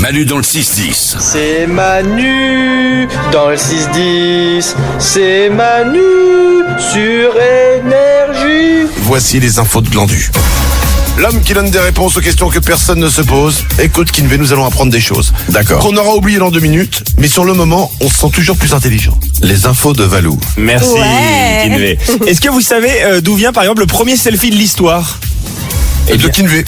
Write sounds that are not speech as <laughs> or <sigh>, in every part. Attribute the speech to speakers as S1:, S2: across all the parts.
S1: Manu dans le 6-10.
S2: C'est Manu dans le 6-10. C'est Manu sur énergie.
S3: Voici les infos de Glandu. L'homme qui donne des réponses aux questions que personne ne se pose. Écoute, Kinvé, nous allons apprendre des choses.
S4: D'accord.
S3: Qu'on aura oublié dans deux minutes, mais sur le moment, on se sent toujours plus intelligent.
S4: Les infos de Valou.
S5: Merci,
S6: Ouais.
S5: Kinvé. Est-ce que vous savez euh, d'où vient, par exemple, le premier selfie de l'histoire
S3: Et de Kinvé.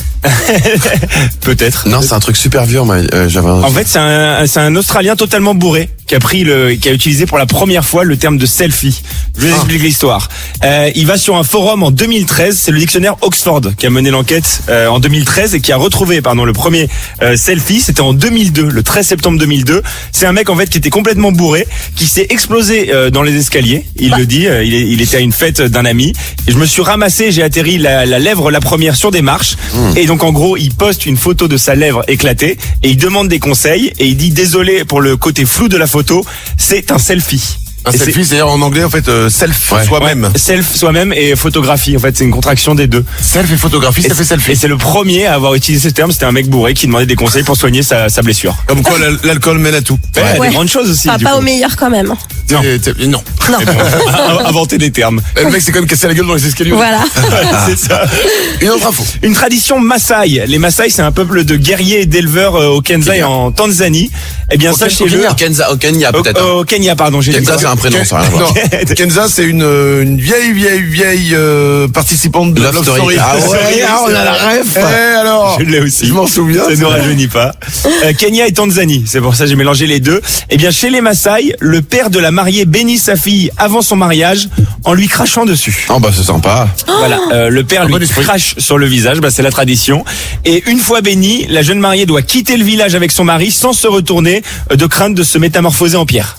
S5: Peut-être.
S4: Non, c'est un truc super vieux, mais, euh, j'avais un-
S5: En fait, c'est un, c'est un Australien totalement bourré qui a pris le, qui a utilisé pour la première fois le terme de selfie. Je
S4: Ah.
S5: vous explique l'histoire. Euh, il va sur un forum en 2013. C'est le dictionnaire Oxford qui a mené l'enquête euh, en 2013 et qui a retrouvé, pardon, le premier euh, selfie. C'était en 2002, le 13 septembre 2002. C'est un mec en fait qui était complètement bourré, qui s'est explosé euh, dans les escaliers. Il
S3: Bah.
S5: le dit. euh, il, est- il était à une fête d'un ami. Et je me suis ramassé. J'ai atterri la, la lèvre la première sur des marches.
S3: Hmm.
S5: Et donc en gros, il poste une photo de sa lèvre éclatée et il demande des conseils et il dit désolé pour le côté flou de la photo. C'est un selfie.
S3: Un
S5: Et c'est-
S3: selfie, c'est-à-dire en anglais, en fait, euh, self,
S4: Ouais.
S3: soi-même.
S5: Ouais, self soi-même et photographie. En fait, c'est une contraction des deux.
S3: Self et photographie, ça fait
S5: Et
S3: selfie.
S5: c'est le premier à avoir utilisé ce terme. C'était un mec bourré qui demandait des conseils pour soigner sa, sa blessure.
S3: Comme quoi, l'al- l'alcool mène à tout.
S5: Ouais, il y a
S6: Ouais.
S5: Des grandes choses aussi.
S6: Enfin,
S5: du
S6: pas
S5: coup.
S6: au meilleur quand même.
S5: Non.
S3: T'es- t'es- non.
S6: Non.
S5: <laughs> Inventer des termes.
S3: Le mec s'est quand même cassé la gueule dans les escaliers.
S6: Voilà.
S3: Ah.
S5: <laughs> c'est ça.
S3: Une autre info.
S5: Une tradition Maasai. Les Maasai, c'est un peuple de guerriers et d'éleveurs euh, au Kenya et en Tanzanie. Eh bien, sachez-le.
S4: Au Kenya, au Kenya,
S5: Au,
S4: peut-être. hein.
S5: au Kenya, pardon, j'ai dit.
S4: Kenza, c'est un prénom, ça n'a rien à voir.
S3: Non, <laughs> Kenza, c'est une, euh, une vieille, vieille, vieille euh, participante de Love,
S4: Love Story. Ah
S5: ouais, ah, on a la
S3: ref. alors,
S5: <laughs> Je l'ai aussi.
S3: je m'en souviens.
S5: Ça ne rajeunit pas. Euh, Kenya et Tanzanie, c'est pour ça que j'ai mélangé les deux. Eh bien, chez les Maasai, le père de la mariée bénit sa fille avant son mariage en lui crachant dessus.
S4: Oh, bah, c'est sympa.
S3: Ah,
S5: Voilà, euh, le père
S3: bon
S5: lui
S3: esprit.
S5: crache sur le visage, bah, c'est la tradition. Et une fois bénie, la jeune mariée doit quitter le village avec son mari sans se retourner euh, de crainte de se métamorphoser en pierre.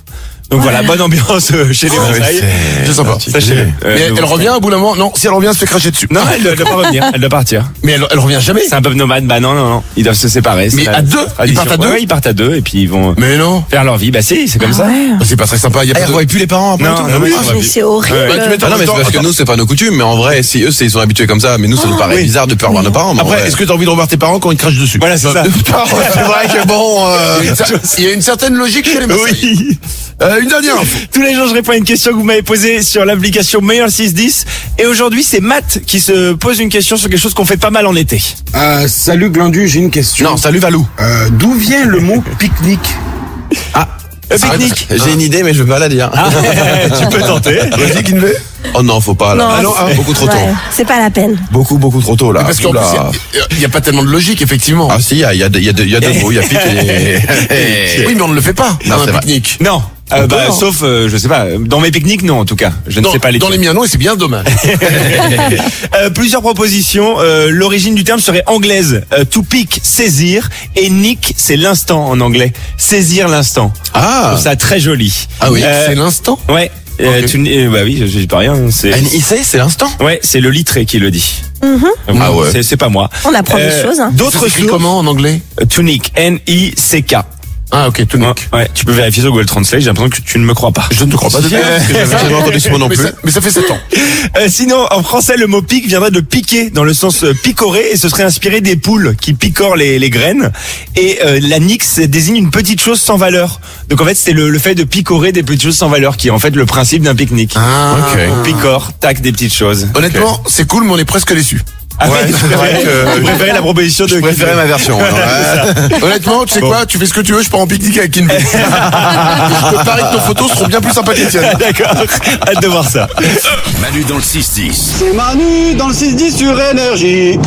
S5: Donc voilà, bonne ambiance euh, chez les Maasai.
S3: Ah, C'est sympa.
S5: Sachez-le. Euh,
S3: Mais
S5: nous-
S3: elle revient au bout d'un moment. Non, si elle revient, elle se fait cracher dessus.
S5: Non, elle doit, elle doit pas revenir, elle doit partir.
S3: Mais elle, elle revient jamais.
S5: C'est un peuple nomade, bah non, non, non. Ils doivent se séparer. c'est
S3: Mais
S5: la
S3: à deux Ils
S5: tradition.
S3: partent à
S5: Ouais,
S3: deux
S5: ouais, ils partent à deux et puis ils vont
S3: Mais non. Ah,
S5: faire leur vie. Bah si, c'est comme ça.
S3: C'est pas très sympa. Il y a pas de-
S4: plus les parents
S5: Non, non,
S6: <laughs>
S5: mais-
S6: Ah,
S5: Ouais,
S6: mais
S5: puis-
S6: c'est horrible.
S3: Bah, tu mets ton-
S4: Ah non, mais c'est parce que nous, c'est pas nos coutumes, mais en vrai, si eux, c'est- ils sont habitués comme ça, mais nous, ça nous paraît bizarre de peur voir nos parents. mais en
S3: Après,
S4: vrai-
S3: est-ce que t'as envie de revoir tes parents quand ils crachent dessus
S5: Voilà, c'est ça.
S4: <laughs>
S3: C'est vrai que bon, euh, <laughs> il y a une certaine logique chez les Marseillais.
S5: Oui. <laughs>
S3: Euh, une dernière info.
S5: Tous les jours, je réponds à une question que vous m'avez posée sur l'application Meilleur 610. Et aujourd'hui, c'est Matt qui se pose une question sur quelque chose qu'on fait pas mal en été.
S7: Euh, salut Glandu, j'ai une question.
S4: Non, salut Valou.
S7: Euh, D'où vient le mot pique-nique
S3: Euh,
S5: Le pique-nique.
S4: J'ai une idée, mais je veux pas la dire.
S5: <laughs>
S3: Ah.
S5: tu peux
S3: <laughs>
S5: tenter.
S3: Vas-y, Kinvey.
S4: Oh non, faut pas, là.
S6: Non,
S4: Ah non, ah, beaucoup trop tôt.
S6: Ouais, C'est pas la peine.
S4: Beaucoup, beaucoup trop tôt, là.
S3: Parce qu'en plus,
S4: Oula.
S3: il y a- il y a pas tellement de logique, effectivement.
S4: Ah si, il y a, il y a deux- il y a deux il y a deux
S3: <laughs>
S4: mots, il y a pique et...
S3: Oui, mais on ne le fait pas
S4: Non,
S3: dans
S4: c'est
S3: un
S4: vrai.
S3: pique-nique.
S5: Non. Euh,
S3: On peut,
S5: bah,
S3: hein.
S5: sauf, euh, je sais pas, dans mes pique-niques, non, en tout cas. Je ne
S3: Dans,
S5: sais pas les
S3: dans les miens, non, et c'est bien dommage.
S5: Euh, Plusieurs propositions. Euh, L'origine du terme serait anglaise. Euh, to pick, saisir. Et nick, c'est l'instant en anglais. Saisir l'instant. Je
S4: Ah
S5: trouve ça très joli.
S4: Ah oui,
S5: Euh,
S3: C'est l'instant.
S5: Ouais. Euh,
S3: Ok.
S5: tu n- euh, bah oui, je, je dis pas rien. hein, C'est.
S4: Anne Issei, Ah, c'est l'instant
S5: Ouais, c'est le littré qui le dit.
S4: Ah ouais.
S5: C'est- C'est pas moi.
S6: Mhm.
S5: Euh,
S6: On apprend des choses, hein.
S5: D'autres
S3: Ça s'écrit
S5: sources.
S3: comment en anglais
S5: Tunic. N-I-C-K.
S3: Ah, ok, tout
S5: Ouais,
S3: nique.
S5: ouais, tu peux vérifier sur Google Translate, j'ai l'impression que tu ne me crois pas.
S4: Je ne te crois pas de
S5: Si,
S4: dire, parce que j'avais jamais entendu ce mot non
S3: Mais
S4: plus.
S3: ça- mais ça fait 7 ans.
S5: Euh, sinon, en français, le mot pique viendrait de piquer, dans le sens euh, picorer, et ce serait inspiré des poules qui picorent les, les graines. Et euh, la nix désigne une petite chose sans valeur. Donc en fait, c'est le, le fait de picorer des petites choses sans valeur, qui est en fait le principe d'un pique-nique.
S3: Ah,
S4: Ok.
S5: On picore, tac, des petites choses.
S3: Honnêtement, c'est cool, mais on est presque déçus.
S5: Ah
S4: Ouais,
S5: ouais,
S4: c'est vrai que-
S5: vous préférez euh, la proposition de...
S4: Je préférais ma version. hein, ouais.
S3: Honnêtement, tu sais
S5: Bon.
S3: quoi Tu fais ce que tu veux, je pars en pique-nique avec Kinvey. je te parie que nos photos seront bien plus sympas que les tiennes.
S5: <laughs> D'accord, hâte de voir ça.
S1: Manu dans le 6-10.
S8: C'est Manu dans le 6-10 sur énergie.